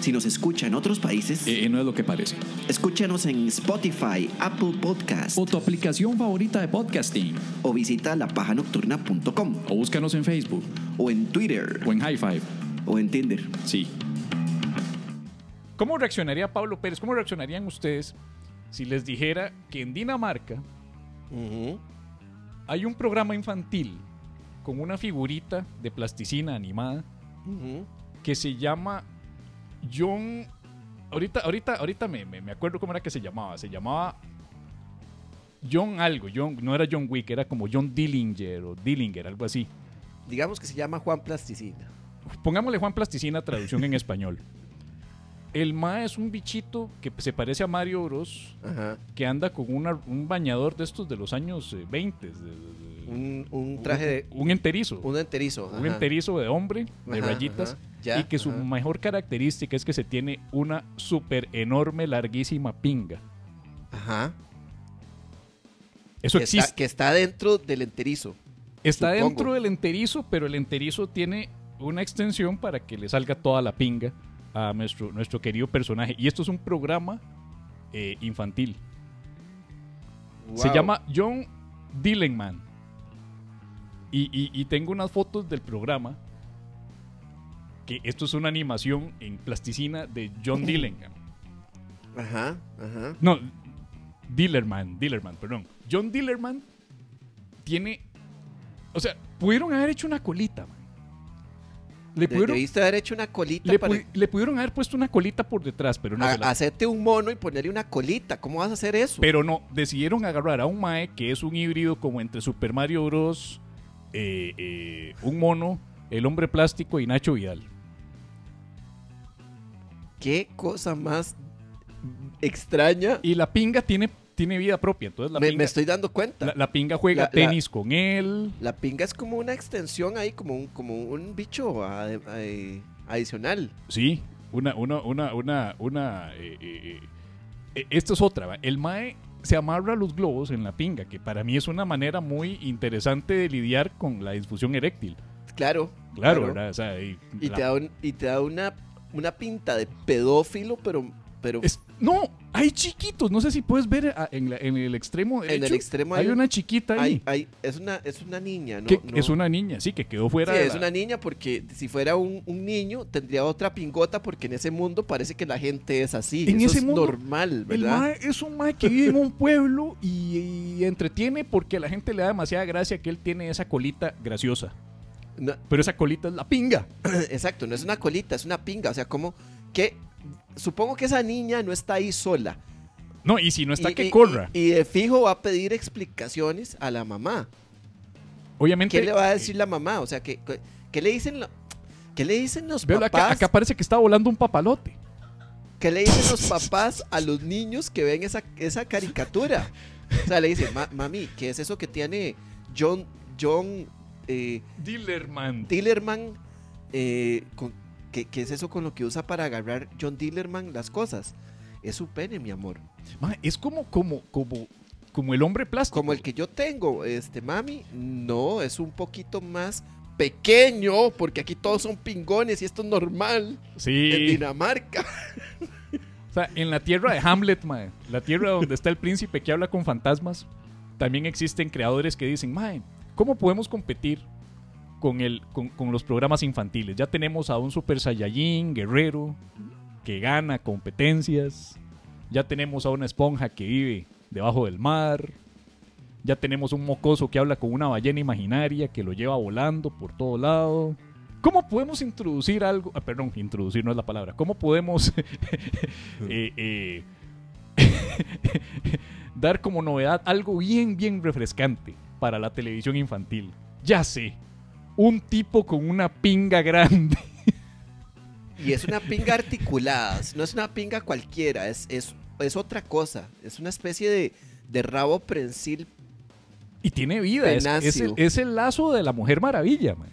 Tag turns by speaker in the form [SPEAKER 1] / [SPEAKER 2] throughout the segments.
[SPEAKER 1] Si nos escucha en otros países,
[SPEAKER 2] Eh, no es lo que parece.
[SPEAKER 1] escúchanos en Spotify, Apple Podcast
[SPEAKER 2] O tu aplicación favorita de podcasting.
[SPEAKER 1] o visita lapajanocturna.com
[SPEAKER 2] O búscanos en Facebook.
[SPEAKER 1] o en Twitter
[SPEAKER 2] O en High Five.
[SPEAKER 1] o en Tinder.
[SPEAKER 2] Sí.
[SPEAKER 3] ¿Cómo reaccionaría Pablo Pérez? ¿Cómo reaccionarían ustedes si les dijera que en Dinamarca hay un programa infantil con una figurita de plasticina animada que se llama John. Ahorita, ahorita, ahorita me, me- me acuerdo cómo era que se llamaba. Se llamaba John algo. John, no era John Wick, era como John Dillinger o Dillinger, algo así.
[SPEAKER 4] Digamos que se llama Juan Plasticina.
[SPEAKER 3] Pongámosle Juan Plasticina, traducción en español. El Ma es un bichito que se parece a Mario Bros.
[SPEAKER 4] Ajá.
[SPEAKER 3] que anda con una- un bañador de estos de los años eh, 20, de- de- de-
[SPEAKER 4] Un, un traje de.
[SPEAKER 3] un enterizo,
[SPEAKER 4] Un enterizo.
[SPEAKER 3] un
[SPEAKER 4] ajá.
[SPEAKER 3] enterizo de hombre, de
[SPEAKER 4] Ajá,
[SPEAKER 3] rayitas,
[SPEAKER 4] ajá, ya,
[SPEAKER 3] y que su
[SPEAKER 4] ajá.
[SPEAKER 3] mejor característica es que se tiene una súper enorme, larguísima pinga.
[SPEAKER 4] Ajá.
[SPEAKER 3] Eso
[SPEAKER 4] Que
[SPEAKER 3] existe.
[SPEAKER 4] está, que está dentro del enterizo.
[SPEAKER 3] Está
[SPEAKER 4] Supongo.
[SPEAKER 3] dentro del enterizo, pero el enterizo tiene una extensión para que le salga toda la pinga a nuestro, nuestro querido personaje. Y esto es un programa eh, infantil. Se
[SPEAKER 4] Wow.
[SPEAKER 3] llama John Dillenman. Y, y- y tengo unas fotos del programa. Que esto es una animación en plasticina de John Dillenman.
[SPEAKER 4] Ajá, ajá.
[SPEAKER 3] No, Dillerman, Dillerman, perdón. John Dillerman tiene. O sea, pudieron haber hecho una colita, man. Le
[SPEAKER 4] De-
[SPEAKER 3] pudieron,
[SPEAKER 4] Debiste haber hecho una colita
[SPEAKER 3] le,
[SPEAKER 4] para Ah,
[SPEAKER 3] pu- le pudieron haber puesto una colita por detrás, pero no.
[SPEAKER 4] a-
[SPEAKER 3] se la-
[SPEAKER 4] hacerte un mono y ponerle una colita. ¿Cómo vas a hacer eso?
[SPEAKER 3] Pero no, decidieron agarrar a un Mae que es un híbrido como entre Super Mario Bros., eh, eh, un mono, el hombre plástico y Nacho Vidal.
[SPEAKER 4] ¿Qué cosa más extraña?
[SPEAKER 3] Y la pinga tiene, tiene vida propia, entonces la,
[SPEAKER 4] me,
[SPEAKER 3] pinga,
[SPEAKER 4] me estoy dando cuenta.
[SPEAKER 3] la,
[SPEAKER 4] La,
[SPEAKER 3] la pinga juega
[SPEAKER 4] la- la-
[SPEAKER 3] tenis con él.
[SPEAKER 4] pinga es como una extensión ahí, como un, como un bicho ade- eh, adicional.
[SPEAKER 3] Sí, una, una, una, una, una. eh, eh, eh, eh, Esto es otra. ¿va? El Mae se amarra los globos en la pinga, que para mí es una manera muy interesante de lidiar con la disfunción eréctil.
[SPEAKER 4] Claro.
[SPEAKER 3] Claro, ¿verdad? O sea, y
[SPEAKER 4] Y
[SPEAKER 3] la-
[SPEAKER 4] te da, un- y te da una, una pinta de pedófilo, pero, pero
[SPEAKER 3] es- no, hay chiquitos. No sé si puedes ver ah, en, la- en el extremo
[SPEAKER 4] en
[SPEAKER 3] derecho.
[SPEAKER 4] el extremo
[SPEAKER 3] hay
[SPEAKER 4] un-
[SPEAKER 3] una chiquita ahí.
[SPEAKER 4] hay- hay- es, una, es una niña, ¿no?
[SPEAKER 3] que
[SPEAKER 4] No.
[SPEAKER 3] Es una niña, sí, que quedó
[SPEAKER 4] Sí,
[SPEAKER 3] fuera de
[SPEAKER 4] es
[SPEAKER 3] la-
[SPEAKER 4] una niña porque si fuera un, un niño tendría otra pingota porque en ese mundo parece que la gente es así.
[SPEAKER 3] En
[SPEAKER 4] Eso
[SPEAKER 3] ese
[SPEAKER 4] es
[SPEAKER 3] mundo,
[SPEAKER 4] normal,
[SPEAKER 3] El
[SPEAKER 4] ¿verdad?
[SPEAKER 3] mae es un mae que vive en un pueblo y, y entretiene porque a la gente le da demasiada gracia que él tiene esa colita graciosa.
[SPEAKER 4] No,
[SPEAKER 3] Pero esa colita es la pinga.
[SPEAKER 4] exacto, no es una colita, es una pinga. O sea, como que supongo que esa niña no está ahí sola.
[SPEAKER 3] No, y si no está
[SPEAKER 4] Y-
[SPEAKER 3] que
[SPEAKER 4] y-
[SPEAKER 3] corra.
[SPEAKER 4] Y, y de fijo va a pedir explicaciones a la mamá.
[SPEAKER 3] Obviamente.
[SPEAKER 4] ¿Qué le va a decir la mamá? O sea, ¿qué, qué- qué le dicen la- qué le dicen los
[SPEAKER 3] Veo la ca-
[SPEAKER 4] papás?
[SPEAKER 3] acá parece que está volando un papalote.
[SPEAKER 4] ¿Qué le dicen los papás a los niños que ven esa, esa caricatura? O sea, le dicen, "Ma- mami, ¿qué es eso que tiene John, John eh,
[SPEAKER 3] Dillerman.
[SPEAKER 4] Dillerman? eh, con- ¿qué, qué es eso con lo que usa para agarrar John Dillerman las cosas? Es su pene, mi amor.
[SPEAKER 3] es como, como, como, como el hombre plástico.
[SPEAKER 4] Como el que yo tengo, este, mami, no, es un poquito más pequeño, porque aquí todos son pingones y esto es normal en
[SPEAKER 3] Sí.
[SPEAKER 4] Dinamarca.
[SPEAKER 3] O sea, en la tierra de Hamlet, mae. La tierra donde está el príncipe que habla con fantasmas. También existen creadores que dicen, mae, ¿cómo podemos competir con, el, con, con los programas infantiles? Ya tenemos a un Super Saiyajin, guerrero, que gana competencias. Ya tenemos a una esponja que vive debajo del mar. Ya tenemos un mocoso que habla con una ballena imaginaria que lo lleva volando por todo lado. ¿Cómo podemos introducir algo? Ah, perdón, introducir no es la palabra. ¿Cómo podemos
[SPEAKER 4] Hmm.
[SPEAKER 3] eh, eh, dar como novedad algo bien, bien refrescante para la televisión infantil? Ya sé, un tipo con una pinga grande.
[SPEAKER 4] Y es una pinga articulada, no es una pinga cualquiera, es, es, es otra cosa, es una especie de, de rabo prensil
[SPEAKER 3] Y tiene vida. Es, es el,
[SPEAKER 4] Tenacio.
[SPEAKER 3] es el lazo de la Mujer Maravilla, mae.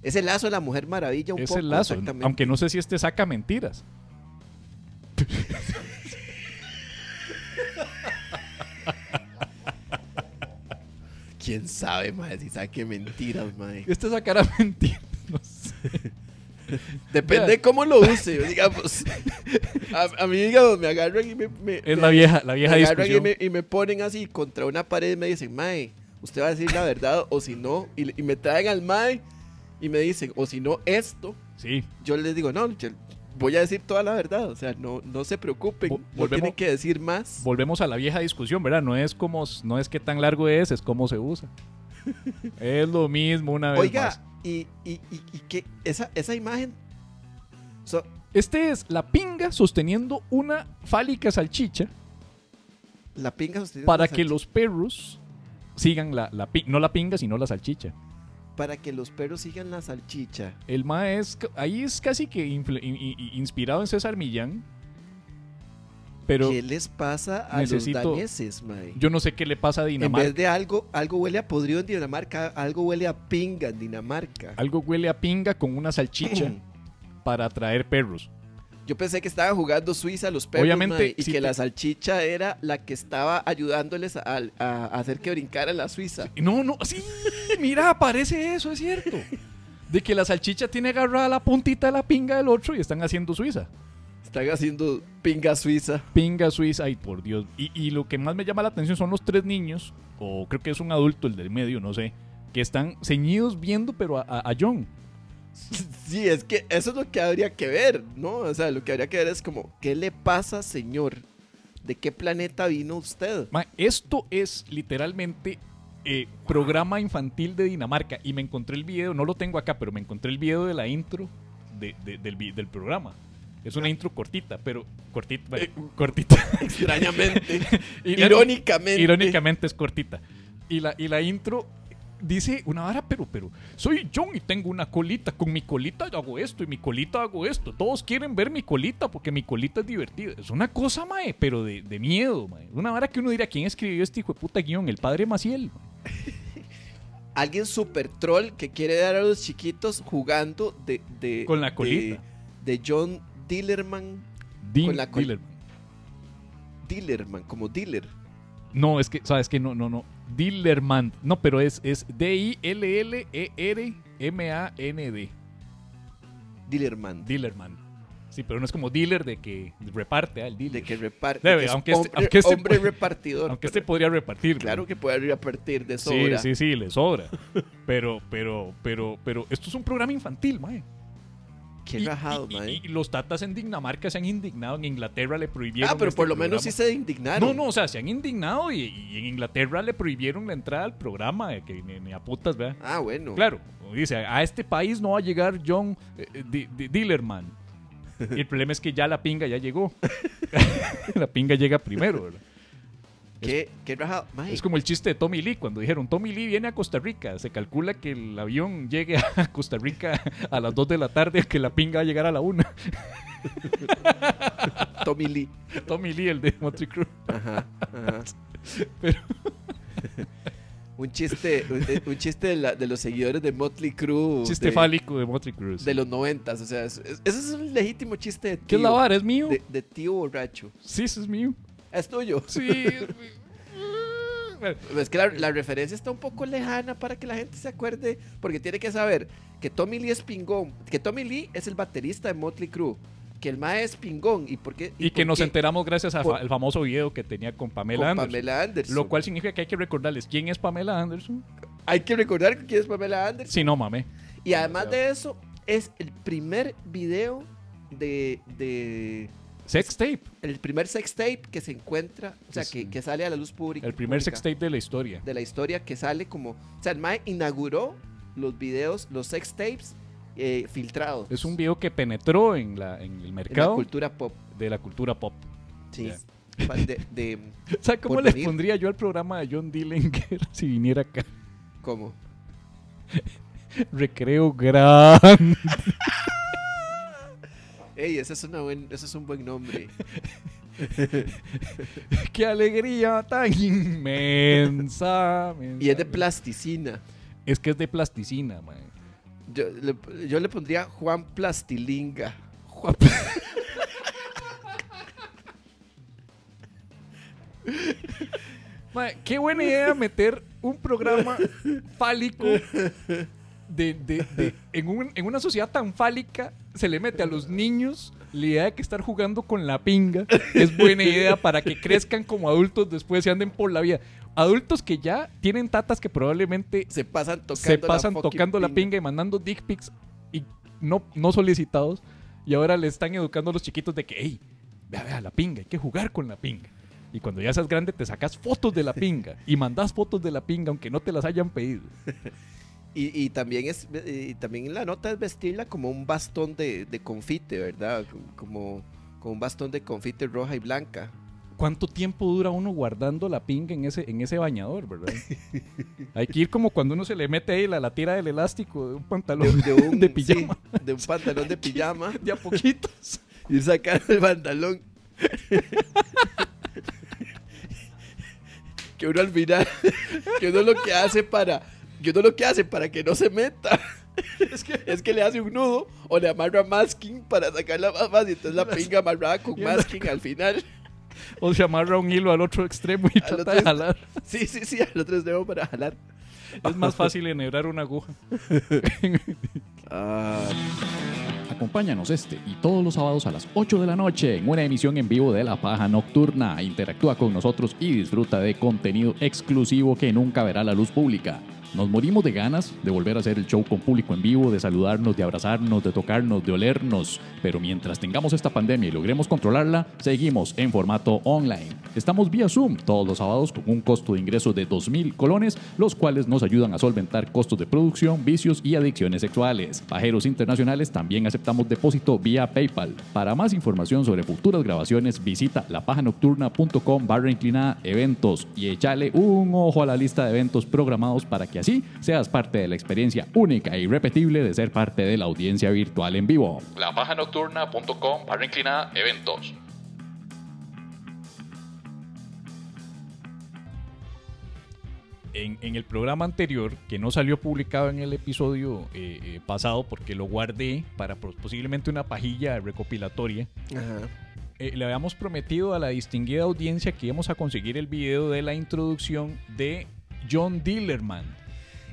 [SPEAKER 4] Es el lazo de la Mujer Maravilla un
[SPEAKER 3] Es
[SPEAKER 4] poco.
[SPEAKER 3] el lazo.
[SPEAKER 4] exactamente.
[SPEAKER 3] Aunque no sé si este saca mentiras.
[SPEAKER 4] ¿Quién sabe, madre? Si sabe qué mentiras, madre.
[SPEAKER 3] Este sacará mentiras. No sé.
[SPEAKER 4] Depende de cómo lo use, digamos. A, a mí, digamos, me agarran y me... me-
[SPEAKER 3] Es
[SPEAKER 4] me-
[SPEAKER 3] la vieja, la vieja
[SPEAKER 4] me agarran y
[SPEAKER 3] discusión.
[SPEAKER 4] me, y me ponen así contra una pared y me dicen, mae, usted va a decir la verdad o si no. Y, le- y me traen al mae y me dicen, o si no, esto.
[SPEAKER 3] Sí.
[SPEAKER 4] Yo les digo, no, yo voy a decir toda la verdad. O sea, no, no se preocupen.
[SPEAKER 3] Vol-
[SPEAKER 4] no
[SPEAKER 3] volvemos-
[SPEAKER 4] tienen que decir más.
[SPEAKER 3] Volvemos a la vieja discusión, ¿verdad? No es como, no es qué tan largo es, es cómo se usa. Es lo mismo una vez más.
[SPEAKER 4] Oiga, y, y, y, y que esa, esa imagen... so-
[SPEAKER 3] Este es la pinga sosteniendo una fálica salchicha
[SPEAKER 4] la pinga sosteniendo
[SPEAKER 3] para
[SPEAKER 4] la
[SPEAKER 3] que
[SPEAKER 4] salchicha.
[SPEAKER 3] los perros sigan la, la pi- no la pinga, sino la salchicha.
[SPEAKER 4] para que los perros sigan la salchicha.
[SPEAKER 3] El ma es, ca- ahí es casi que influ- in- in- inspirado en César Millán. Pero
[SPEAKER 4] ¿Qué les pasa a
[SPEAKER 3] necesito-
[SPEAKER 4] los daneses, mae?
[SPEAKER 3] yo no sé qué le pasa a
[SPEAKER 4] En
[SPEAKER 3] Dinamarca.
[SPEAKER 4] vez de algo, algo huele a podrido en Dinamarca, algo huele a pinga en Dinamarca.
[SPEAKER 3] Algo huele a pinga con una salchicha para atraer perros.
[SPEAKER 4] Yo pensé que estaban jugando Suiza los perros
[SPEAKER 3] Obviamente,
[SPEAKER 4] mae, y
[SPEAKER 3] si
[SPEAKER 4] que
[SPEAKER 3] te-
[SPEAKER 4] la salchicha era la que estaba ayudándoles a, a- a hacer que brincara la Suiza.
[SPEAKER 3] Y No, no, sí, mira, aparece eso, es cierto. De que la salchicha tiene agarrada la puntita de la pinga del otro y están haciendo Suiza.
[SPEAKER 4] Están haciendo pinga Suiza.
[SPEAKER 3] Pinga Suiza, ay por Dios. Y, y lo que más me llama la atención son los tres niños, o creo que es un adulto, el del medio, no sé, que están ceñidos viendo, pero a, a- a John.
[SPEAKER 4] Sí, es que eso es lo que habría que ver, ¿no? O sea, lo que habría que ver es como, ¿qué le pasa, señor? ¿De qué planeta vino usted?
[SPEAKER 3] Ma, esto es literalmente eh, programa infantil de Dinamarca. Y me encontré el video, no lo tengo acá, pero me encontré el video de la intro de- de- del, vi- del programa. Es una intro cortita, pero cortita, bueno, cortita.
[SPEAKER 4] Extrañamente.
[SPEAKER 3] Y-
[SPEAKER 4] irónicamente.
[SPEAKER 3] Irónicamente es cortita. Y la, y la intro dice una vara, pero, pero, soy John y tengo una colita. Con mi colita yo hago esto y mi colita hago esto. Todos quieren ver mi colita porque mi colita es divertida. Es una cosa, mae, pero de, de miedo, mae. Una vara que uno dirá, ¿quién escribió este hijo de puta guión? El padre Maciel. mae.
[SPEAKER 4] Alguien super troll que quiere dar a los chiquitos jugando de. de-
[SPEAKER 3] Con la
[SPEAKER 4] de-
[SPEAKER 3] colita.
[SPEAKER 4] De, John Dillerman.
[SPEAKER 3] Dean
[SPEAKER 4] Con la col-
[SPEAKER 3] Dillerman.
[SPEAKER 4] Dillerman, como dealer.
[SPEAKER 3] No, es que, ¿sabes que No, no, no. Dillerman. No, pero es, es E D-I-L-L-E-R-M-A-N-D.
[SPEAKER 4] Dillerman.
[SPEAKER 3] Dealerman. Sí, pero no es como dealer de que reparte al dealer.
[SPEAKER 4] de que reparte.
[SPEAKER 3] Debe, aunque este- aunque este-
[SPEAKER 4] hombre repartidor.
[SPEAKER 3] Aunque este podría repartir. ¿no?
[SPEAKER 4] Claro que puede repartir de
[SPEAKER 3] Sí,
[SPEAKER 4] sobra.
[SPEAKER 3] sí, sí, le sobra. Pero, pero, pero, pero, esto es un programa infantil, mae.
[SPEAKER 4] Qué
[SPEAKER 3] Y-
[SPEAKER 4] rajado,
[SPEAKER 3] y, y-
[SPEAKER 4] mae.
[SPEAKER 3] y los tatas en Dinamarca se han indignado, en Inglaterra le prohibieron.
[SPEAKER 4] Ah, pero
[SPEAKER 3] este
[SPEAKER 4] por lo menos
[SPEAKER 3] programa.
[SPEAKER 4] sí se indignaron.
[SPEAKER 3] No, no, o sea, se han indignado y, y en Inglaterra le prohibieron la entrada al programa, eh, que ni, ni a putas, ¿verdad?
[SPEAKER 4] Ah, bueno.
[SPEAKER 3] Claro, dice, a este país no va a llegar John eh, eh, Di- Di- Dillerman. Y el problema es que ya la pinga ya llegó. la pinga llega primero, ¿verdad?
[SPEAKER 4] Qué, qué rajado. Mae,
[SPEAKER 3] Es como el chiste de Tommy Lee, cuando dijeron Tommy Lee viene a Costa Rica. Se calcula que el avión llegue a Costa Rica a las 2 de la tarde, que la pinga va a llegar a la 1.
[SPEAKER 4] Tommy Lee.
[SPEAKER 3] Tommy Lee, el de Motley Crue.
[SPEAKER 4] Ajá, ajá. un chiste, un, un chiste de, la- de los seguidores de Motley Crue.
[SPEAKER 3] Chiste
[SPEAKER 4] de,
[SPEAKER 3] fálico de Motley Crue.
[SPEAKER 4] de los noventas. O sea, es- es- ese es un legítimo chiste de tío.
[SPEAKER 3] ¿Qué es la vara? ¿Es mío?
[SPEAKER 4] De, de tío borracho.
[SPEAKER 3] Sí, eso es mío.
[SPEAKER 4] Es tuyo.
[SPEAKER 3] Sí, es mío.
[SPEAKER 4] Mm.
[SPEAKER 3] Bueno,
[SPEAKER 4] Es que la, la referencia está un poco lejana para que la gente se acuerde. Porque tiene que saber que Tommy Lee es pingón. Que Tommy Lee es el baterista de Motley Crue. Que el mae es pingón. Y, por qué-
[SPEAKER 3] Y
[SPEAKER 4] por
[SPEAKER 3] que nos
[SPEAKER 4] qué
[SPEAKER 3] enteramos gracias al
[SPEAKER 4] por-
[SPEAKER 3] famoso video que tenía con Pamela
[SPEAKER 4] con
[SPEAKER 3] Anderson.
[SPEAKER 4] Pamela Anderson.
[SPEAKER 3] Lo cual significa que hay que recordarles quién es Pamela Anderson.
[SPEAKER 4] Hay que recordar quién es Pamela Anderson.
[SPEAKER 3] Si no, mame.
[SPEAKER 4] Y además de eso, es el primer video de. de-
[SPEAKER 3] Sex tape.
[SPEAKER 4] el primer sextape que se encuentra, o sea,
[SPEAKER 3] Es-
[SPEAKER 4] que, que sale a la luz pública.
[SPEAKER 3] El primer
[SPEAKER 4] pública
[SPEAKER 3] sex tape de la historia.
[SPEAKER 4] De la historia que sale como. O sea, el Mae inauguró los videos, los sextapes eh, filtrados.
[SPEAKER 3] Es un video que penetró en, la, en el
[SPEAKER 4] En la
[SPEAKER 3] mercado
[SPEAKER 4] cultura pop.
[SPEAKER 3] de la cultura pop.
[SPEAKER 4] Sí.
[SPEAKER 3] Ya.
[SPEAKER 4] De, de-
[SPEAKER 3] ¿Sabes cómo
[SPEAKER 4] Por
[SPEAKER 3] le
[SPEAKER 4] venir.
[SPEAKER 3] pondría yo al programa de John Dillinger si viniera acá?
[SPEAKER 4] ¿Cómo?
[SPEAKER 3] Recreo gran.
[SPEAKER 4] Ey, ese es, una buen, ese es un buen nombre.
[SPEAKER 3] ¡Qué alegría tan inmensa!
[SPEAKER 4] Y es de plasticina.
[SPEAKER 3] Es que es de plasticina, mae.
[SPEAKER 4] Yo le, yo le pondría Juan Plastilinga.
[SPEAKER 3] Juan- Mae, qué buena idea meter un programa fálico de- de- de- en, un- en una sociedad tan fálica se le mete a los niños la idea de que estar jugando con la pinga es buena idea para que crezcan como adultos después se anden por la vida. Adultos que ya tienen tatas que probablemente
[SPEAKER 4] Se pasan tocando
[SPEAKER 3] se pasan
[SPEAKER 4] fucking
[SPEAKER 3] tocando la pinga y mandando dick pics y no, no solicitados. Y ahora le están educando a los chiquitos de que, hey, vea, vea la pinga, hay que jugar con la pinga. Y cuando ya seas grande, te sacas fotos de la pinga y mandas fotos de la pinga, aunque no te las hayan pedido.
[SPEAKER 4] Y, y también es eh, y también la nota es vestirla como un bastón de, de confite, ¿verdad? Como, como un bastón de confite roja y blanca.
[SPEAKER 3] ¿Cuánto tiempo dura uno guardando la pinga en ese, en ese bañador, verdad? Hay que ir como cuando uno se le mete ahí la, la tira del elástico de un
[SPEAKER 4] De,
[SPEAKER 3] pantalón de,
[SPEAKER 4] un, sí,
[SPEAKER 3] pijama.
[SPEAKER 4] de un pantalón de pijama.
[SPEAKER 3] a poquitos.
[SPEAKER 4] Y sacar el pantalón. que uno al final, que uno lo que hace para, que uno lo que hace para que no se meta. Es que, le hace un nudo o le amarra masking para sacarla más fácil. Entonces la pinga amarrada con masking al final.
[SPEAKER 3] O se amarra un hilo al otro extremo y trata de
[SPEAKER 4] otro-
[SPEAKER 3] jalar.
[SPEAKER 4] Sí, sí, sí, al otro extremo para jalar.
[SPEAKER 3] Es más fácil enhebrar una aguja.
[SPEAKER 4] Ah.
[SPEAKER 2] Acompáñanos este y todos los sábados a las 8 de la noche en una emisión en vivo de La Paja Nocturna. Interactúa con nosotros y disfruta de contenido exclusivo que nunca verá la luz pública. Nos morimos de ganas de volver a hacer el show con público en vivo, de saludarnos, de abrazarnos, de tocarnos, de olernos. Pero mientras tengamos esta pandemia y logremos controlarla, seguimos en formato online. Estamos vía Zoom todos los sábados con un costo de ingreso de 2.000 colones, los cuales nos ayudan a solventar costos de producción, vicios y adicciones sexuales. Pajeros internacionales también aceptamos depósito vía PayPal. Para más información sobre futuras grabaciones, visita lapajanocturna.com barra inclinada eventos y échale un ojo a la lista de eventos programados para que así seas parte de la experiencia única e irrepetible de ser parte de la audiencia virtual en vivo. lapajanocturna.com barra inclinada eventos.
[SPEAKER 3] En, en el programa anterior, que no salió publicado en el episodio eh, eh, pasado porque lo guardé para pos- posiblemente una pajilla recopilatoria,
[SPEAKER 4] Ajá.
[SPEAKER 3] eh, le habíamos prometido a la distinguida audiencia que íbamos a conseguir el video de la introducción de John Dillerman.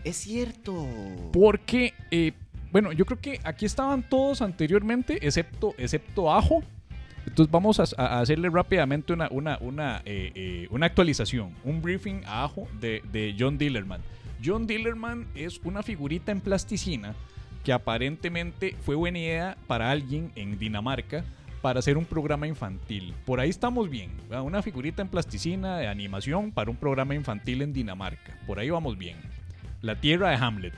[SPEAKER 4] Es cierto.
[SPEAKER 3] Porque, eh, bueno, yo creo que aquí estaban todos anteriormente, excepto, excepto Ajo. Entonces vamos a, a hacerle rápidamente una, una, una, eh, eh, una actualización, un briefing a Ajo de, de John Dillerman. John Dillerman es una figurita en plasticina que aparentemente fue buena idea para alguien en Dinamarca para hacer un programa infantil. Por ahí estamos bien, ¿verdad? una figurita en plasticina de animación para un programa infantil en Dinamarca. Por ahí vamos bien. La tierra de Hamlet.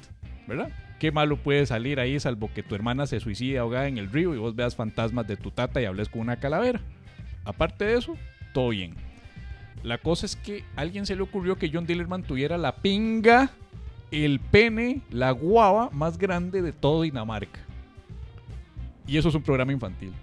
[SPEAKER 3] ¿verdad? Qué malo puede salir ahí, salvo que tu hermana se suicide ahogada en el río y vos veas fantasmas de tu tata y hables con una calavera. Aparte de eso, todo bien. La cosa es que a alguien se le ocurrió que John Dillerman tuviera la pinga, el pene, la guava más grande de todo Dinamarca. Y eso es un programa infantil.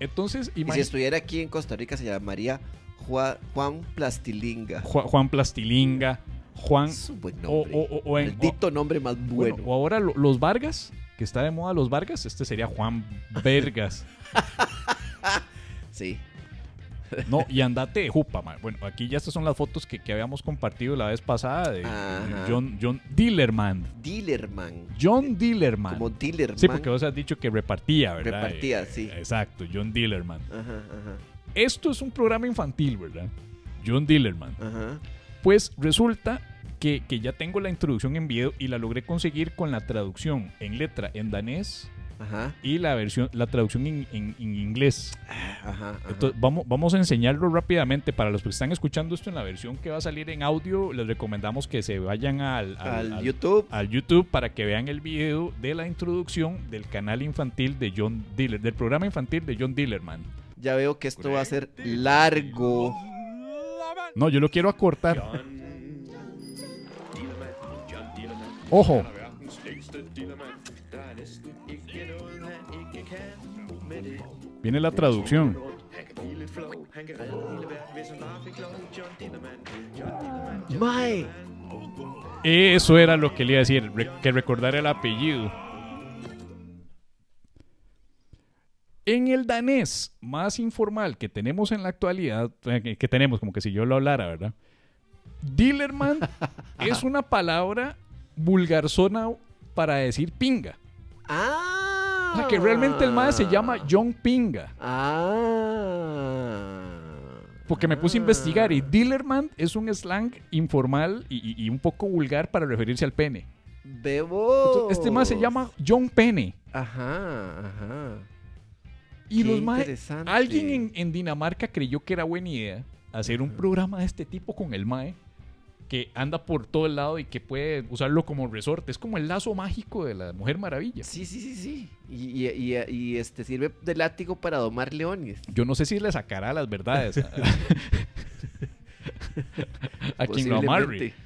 [SPEAKER 3] Entonces,
[SPEAKER 4] Y si
[SPEAKER 3] imagínate.
[SPEAKER 4] estuviera aquí en Costa Rica se llamaría Juan, Juan Plastilinga.
[SPEAKER 3] Ju- Juan Plastilinga, Juan.
[SPEAKER 4] Es un buen
[SPEAKER 3] O,
[SPEAKER 4] nombre.
[SPEAKER 3] o- o- o en-
[SPEAKER 4] Maldito nombre más
[SPEAKER 3] Bueno,
[SPEAKER 4] bueno.
[SPEAKER 3] o ahora lo- los Vargas, que está de moda los Vargas, este sería Juan Vergas.
[SPEAKER 4] Sí.
[SPEAKER 3] No, y andate de jupa, mae. Bueno, aquí ya estas son las fotos que, que habíamos compartido la vez pasada de
[SPEAKER 4] Ajá.
[SPEAKER 3] John, John Dillerman.
[SPEAKER 4] Dillerman.
[SPEAKER 3] John Dillerman.
[SPEAKER 4] Como Dillerman.
[SPEAKER 3] Sí, porque vos has dicho que repartía, ¿verdad?
[SPEAKER 4] Repartía,
[SPEAKER 3] Eh,
[SPEAKER 4] sí.
[SPEAKER 3] Exacto, John Dillerman.
[SPEAKER 4] Ajá, ajá,
[SPEAKER 3] Esto es un programa infantil, ¿verdad? John Dillerman.
[SPEAKER 4] ajá.
[SPEAKER 3] Pues resulta que, que ya tengo la introducción en video y la logré conseguir con la traducción en letra en danés
[SPEAKER 4] Ajá,
[SPEAKER 3] y la versión, la traducción en- en- en inglés.
[SPEAKER 4] ajá, ajá.
[SPEAKER 3] Entonces, vamos, vamos a enseñarlo rápidamente. Para los que están escuchando esto en la versión que va a salir en audio, les recomendamos que se vayan al,
[SPEAKER 4] Al YouTube.
[SPEAKER 3] al YouTube para que vean el video de la introducción del canal infantil de John Diller, del programa infantil de John Dillerman.
[SPEAKER 4] Ya veo que esto va a ser largo.
[SPEAKER 3] No, yo lo quiero acortar. Ojo,
[SPEAKER 5] Este
[SPEAKER 3] viene la traducción.
[SPEAKER 5] Han kan hvile flow, han kan redde hele verden, hvis han bare fik lov. John Dillermand, John Dillermand.
[SPEAKER 4] Mae,
[SPEAKER 3] Eso era lo que le iba a decir, re- que recordar el apellido. En el danés más informal que tenemos en la actualidad, eh, que- que tenemos como que si yo lo hablara, ¿verdad? Dillerman es una palabra vulgarzona para decir pinga.
[SPEAKER 4] Ah.
[SPEAKER 3] O sea, que realmente el más se llama John Pinga.
[SPEAKER 4] Ah.
[SPEAKER 3] Porque me puse a investigar y Dillerman es un slang informal y, y- y un poco vulgar para referirse al pene.
[SPEAKER 4] Bebo.
[SPEAKER 3] Entonces, este más se llama John Pene.
[SPEAKER 4] Ajá, ajá.
[SPEAKER 3] Y
[SPEAKER 4] Qué
[SPEAKER 3] los más.
[SPEAKER 4] interesante.
[SPEAKER 3] Alguien en, en Dinamarca creyó que era buena idea hacer un programa de este tipo con el MAE que anda por todo el lado y que puede usarlo como resorte. Es como el lazo mágico de la Mujer Maravilla.
[SPEAKER 4] Sí, sí, sí, sí. Y, y- y- y, este sirve de látigo para domar leones.
[SPEAKER 3] Yo no sé si le sacará las verdades a, a quien lo amarre.
[SPEAKER 4] Posiblemente. Ah.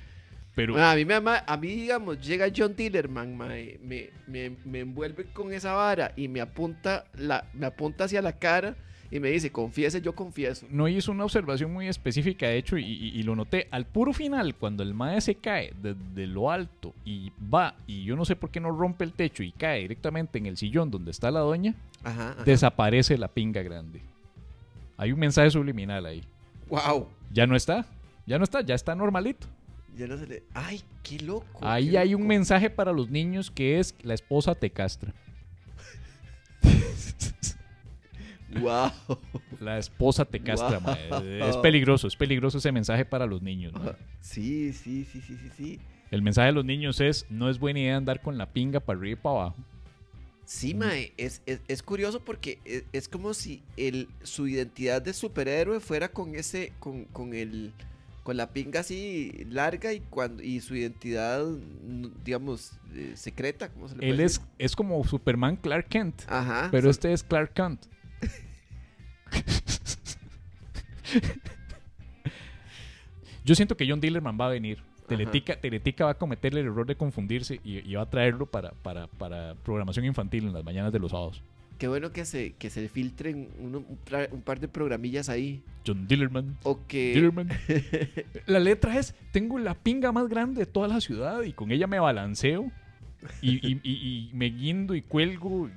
[SPEAKER 3] Pero
[SPEAKER 4] Bueno, a mí me ama, a mí digamos, llega John Dillerman, mae, me, me, me envuelve con esa vara y me apunta la, me apunta hacia la cara y me dice, confiese, yo confieso.
[SPEAKER 3] no hizo una observación muy específica, de hecho, y, y- y lo noté. Al puro final, cuando el mae se cae desde lo alto y va, y yo no sé por qué no rompe el techo y cae directamente en el sillón donde está la doña,
[SPEAKER 4] Ajá. ajá.
[SPEAKER 3] desaparece la pinga grande. Hay un mensaje subliminal ahí.
[SPEAKER 4] Wow.
[SPEAKER 3] Ya no está, ya no está, ya está normalito.
[SPEAKER 4] Ya no se le. Ay, qué loco.
[SPEAKER 3] Ahí
[SPEAKER 4] qué
[SPEAKER 3] hay
[SPEAKER 4] loco.
[SPEAKER 3] un mensaje para los niños que es la esposa te castra.
[SPEAKER 4] Wow.
[SPEAKER 3] La esposa te castra,
[SPEAKER 4] Wow.
[SPEAKER 3] mae. Es peligroso, es peligroso ese mensaje para los niños. mae.
[SPEAKER 4] Sí, sí, sí, sí, sí, sí.
[SPEAKER 3] El mensaje de los niños es, no es buena idea andar con la pinga para arriba y para abajo.
[SPEAKER 4] Sí, Mae, es, es- es curioso porque es, es como si el, su identidad de superhéroe fuera con ese, con, con el, con la pinga así larga y cuando y su identidad, n- digamos, eh, secreta, ¿cómo se le puede
[SPEAKER 3] Él
[SPEAKER 4] decir?
[SPEAKER 3] es, es como Superman Clark Kent,
[SPEAKER 4] Ajá.
[SPEAKER 3] pero este es Clark Kent. Yo siento que John Dillerman va a venir. Teletica, Teletica va a cometer el error de confundirse y, y va a traerlo para, para- para programación infantil en las mañanas de los sábados.
[SPEAKER 4] Qué bueno que se, que se filtren uno- un, pra- un par de programillas ahí.
[SPEAKER 3] John Dillerman.
[SPEAKER 4] O que.
[SPEAKER 3] Dillerman. La letra es, tengo la pinga más grande de toda la ciudad y con ella me balanceo y, y- y- y me guindo y cuelgo.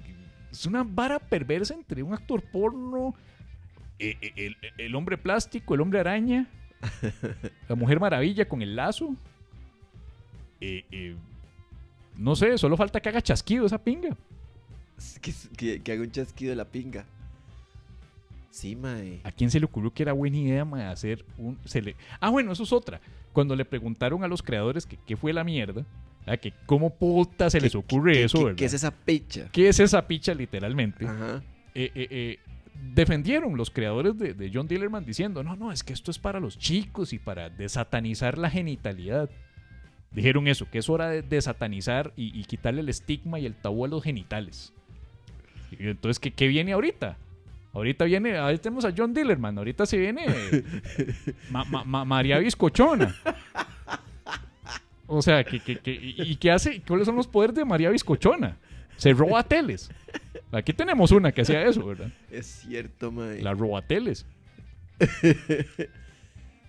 [SPEAKER 3] Es una vara perversa entre un actor porno, e- e- el, el hombre plástico, el hombre araña, la mujer maravilla con el lazo. Eh, eh, no sé, solo falta que haga chasquido esa pinga.
[SPEAKER 4] que, que- que haga un chasquido de la pinga. Sí, Mae.
[SPEAKER 3] ¿A quién se le ocurrió que era buena idea mae, hacer un... se le- Ah, bueno, eso es otra. Cuando le preguntaron a los creadores que qué fue la mierda, ah, que cómo puta se les ocurre
[SPEAKER 4] ¿Qué-
[SPEAKER 3] eso,
[SPEAKER 4] qué-
[SPEAKER 3] ¿verdad?
[SPEAKER 4] ¿Qué es esa pecha?
[SPEAKER 3] esa picha literalmente?
[SPEAKER 4] Ajá.
[SPEAKER 3] Eh, eh, eh, defendieron los creadores de, de John Dillerman diciendo, no, no, es que esto es para los chicos y para desatanizar la genitalidad. Dijeron eso, que es hora de desatanizar y, y quitarle el estigma y el tabú a los genitales. Y entonces, ¿qué, qué viene ahorita? Ahorita viene, ahí tenemos a John Dillerman, ahorita se viene Ma- Ma- Ma- María Biscochona. O sea, que, que- que- y, y qué hace? ¿Cuáles son los poderes de María Biscochona? Se roba teles. Aquí tenemos una que hacía eso, ¿verdad?
[SPEAKER 4] Es cierto, Mae.
[SPEAKER 3] La roba teles.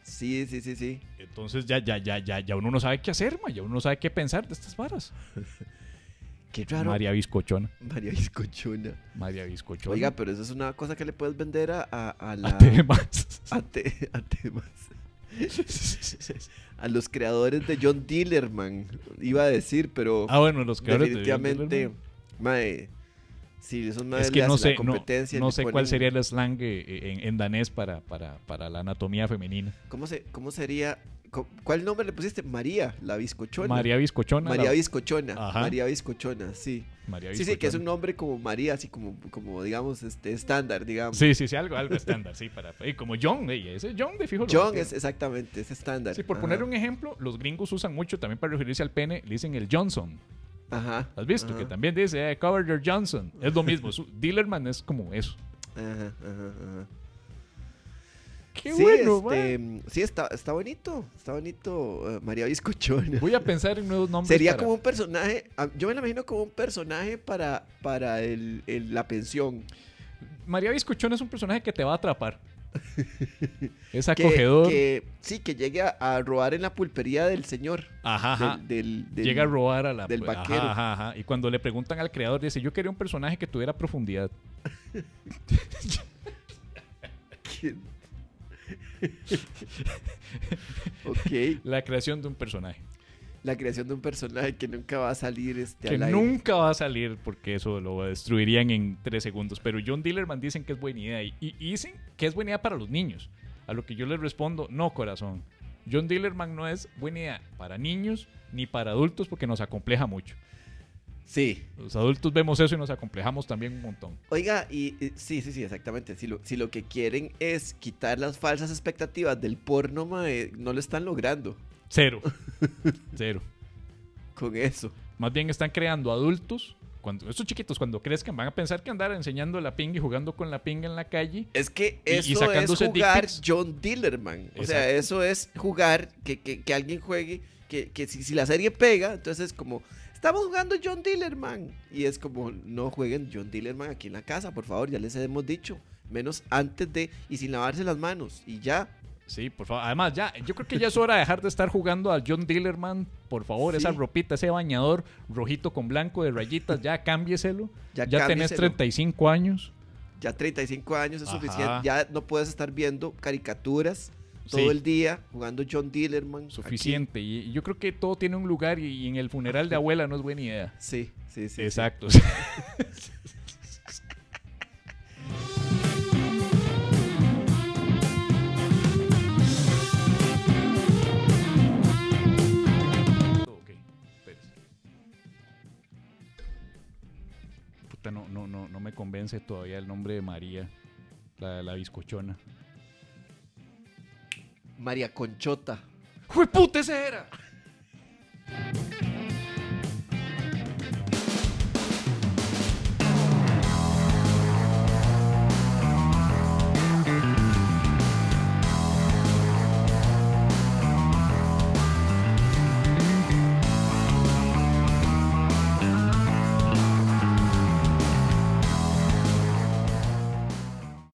[SPEAKER 4] Sí, sí, sí, sí.
[SPEAKER 3] Entonces ya, ya, ya, ya, ya uno no sabe qué hacer, ma, ya uno no sabe qué pensar de estas varas.
[SPEAKER 4] Qué raro.
[SPEAKER 3] María Biscochona.
[SPEAKER 4] María Biscochona.
[SPEAKER 3] María Biscochona.
[SPEAKER 4] Oiga, pero eso es una cosa que le puedes vender a, a, a la-
[SPEAKER 3] A temas.
[SPEAKER 4] a te- a temas. A los creadores de John Dillerman. Iba a decir, pero
[SPEAKER 3] Ah, bueno, los creadores de John
[SPEAKER 4] definitivamente.
[SPEAKER 3] Dillerman.
[SPEAKER 4] Mae. Sí, esos madres
[SPEAKER 3] Es
[SPEAKER 4] le
[SPEAKER 3] que no
[SPEAKER 4] hacen
[SPEAKER 3] sé,
[SPEAKER 4] la
[SPEAKER 3] no,
[SPEAKER 4] competencia.
[SPEAKER 3] no
[SPEAKER 4] le
[SPEAKER 3] sé cuál
[SPEAKER 4] ponen-
[SPEAKER 3] sería el slang eh, eh, en, en danés para, para, para la anatomía femenina.
[SPEAKER 4] ¿Cómo, se, cómo sería? co- ¿Cuál nombre le pusiste? María, la bizcochona.
[SPEAKER 3] María Biscochona.
[SPEAKER 4] María
[SPEAKER 3] la-
[SPEAKER 4] Bizcochona.
[SPEAKER 3] Ajá.
[SPEAKER 4] María Bizcochona, sí.
[SPEAKER 3] María
[SPEAKER 4] Sí, sí, que es un
[SPEAKER 3] Bizcochona.
[SPEAKER 4] nombre como María, así como, como digamos, este, estándar, digamos.
[SPEAKER 3] Sí, sí, sí, algo, algo estándar, sí, para... y como John, ey, ese John de fijo. lo
[SPEAKER 4] John
[SPEAKER 3] metieron.
[SPEAKER 4] es Ah. exactamente, es estándar.
[SPEAKER 3] Sí, por
[SPEAKER 4] Ajá,
[SPEAKER 3] poner un ejemplo, los gringos usan mucho también para referirse al pene, le dicen el Johnson.
[SPEAKER 4] Ajá.
[SPEAKER 3] ¿Has visto?
[SPEAKER 4] ajá,
[SPEAKER 3] Que también dice, eh, cover your Johnson. Es lo mismo. su- Dillerman es como eso.
[SPEAKER 4] Ajá, ajá, ajá.
[SPEAKER 3] Qué
[SPEAKER 4] sí,
[SPEAKER 3] bueno,
[SPEAKER 4] este,
[SPEAKER 3] mae.
[SPEAKER 4] sí está, está bonito, está bonito eh, María Bizcochona.
[SPEAKER 3] Voy a pensar en nuevos nombres.
[SPEAKER 4] Sería
[SPEAKER 3] para-
[SPEAKER 4] como un personaje, a- yo me la imagino como un personaje para, para el, el- la pensión.
[SPEAKER 3] María Biscochón es un personaje que te va a atrapar. Es
[SPEAKER 4] Que-
[SPEAKER 3] acogedor.
[SPEAKER 4] que- sí, que llegue a, a robar en la pulpería del señor.
[SPEAKER 3] Ajá, ajá.
[SPEAKER 4] Del, del- del-
[SPEAKER 3] Llega a robar a la
[SPEAKER 4] del
[SPEAKER 3] ajá,
[SPEAKER 4] vaquero.
[SPEAKER 3] ajá, ajá. Y cuando le preguntan al creador, dice, yo quería un personaje que tuviera profundidad.
[SPEAKER 4] ¿Quién? ok,
[SPEAKER 3] La creación de un personaje.
[SPEAKER 4] la creación de un personaje que nunca va a salir este,
[SPEAKER 3] que
[SPEAKER 4] al aire.
[SPEAKER 3] nunca va a salir porque eso lo destruirían en tres segundos. Pero John Dillerman dicen que es buena idea. Y, y dicen que es buena idea para los niños. A lo que yo les respondo, no, corazón. John Dillerman no es buena idea para niños ni para adultos porque nos acompleja mucho.
[SPEAKER 4] Sí.
[SPEAKER 3] Los adultos vemos eso y nos acomplejamos también un montón.
[SPEAKER 4] Oiga, y, y- sí, sí, sí, exactamente. Si lo, si lo que quieren es quitar las falsas expectativas del porno, mae, no lo están logrando
[SPEAKER 3] Cero. Cero.
[SPEAKER 4] con eso.
[SPEAKER 3] Más bien están creando adultos. Cuando, estos chiquitos cuando crezcan van a pensar que andar enseñando la pinga y jugando con la pinga en la calle.
[SPEAKER 4] Es que
[SPEAKER 3] Y- y
[SPEAKER 4] eso es
[SPEAKER 3] sacándose dick
[SPEAKER 4] jugar
[SPEAKER 3] pics.
[SPEAKER 4] John Dillerman. O sea,
[SPEAKER 3] Exacto.
[SPEAKER 4] eso es jugar que, que- que alguien juegue, que, que si, si la serie pega, entonces es como, estamos jugando John Dillerman. Y es como, no jueguen John Dillerman aquí en la casa, por favor, ya les hemos dicho. Menos antes de y sin lavarse las manos. Y ya.
[SPEAKER 3] Sí, por favor. Además, ya, yo creo que ya es hora de dejar de estar jugando al John Dillerman. Por favor, esa
[SPEAKER 4] Sí.
[SPEAKER 3] ropita, ese bañador rojito con blanco de rayitas, ya cámbieselo.
[SPEAKER 4] Ya
[SPEAKER 3] Ya, tenés
[SPEAKER 4] cámbieselo.
[SPEAKER 3] 35 años.
[SPEAKER 4] Ya 35 años es
[SPEAKER 3] Ajá.
[SPEAKER 4] suficiente. Ya no puedes estar viendo caricaturas todo
[SPEAKER 3] Sí.
[SPEAKER 4] el día jugando John Dillerman. aquí.
[SPEAKER 3] Suficiente. Y, y yo creo que todo tiene un lugar y, y en el funeral de abuela no es buena idea.
[SPEAKER 4] Sí, sí, sí. sí.
[SPEAKER 3] Exacto. Ok, espérese. Puta, no, no, no, no me convence todavía el nombre de María, la, la bizcochona.
[SPEAKER 4] María Conchota.
[SPEAKER 3] ¡Jue puta, ese era!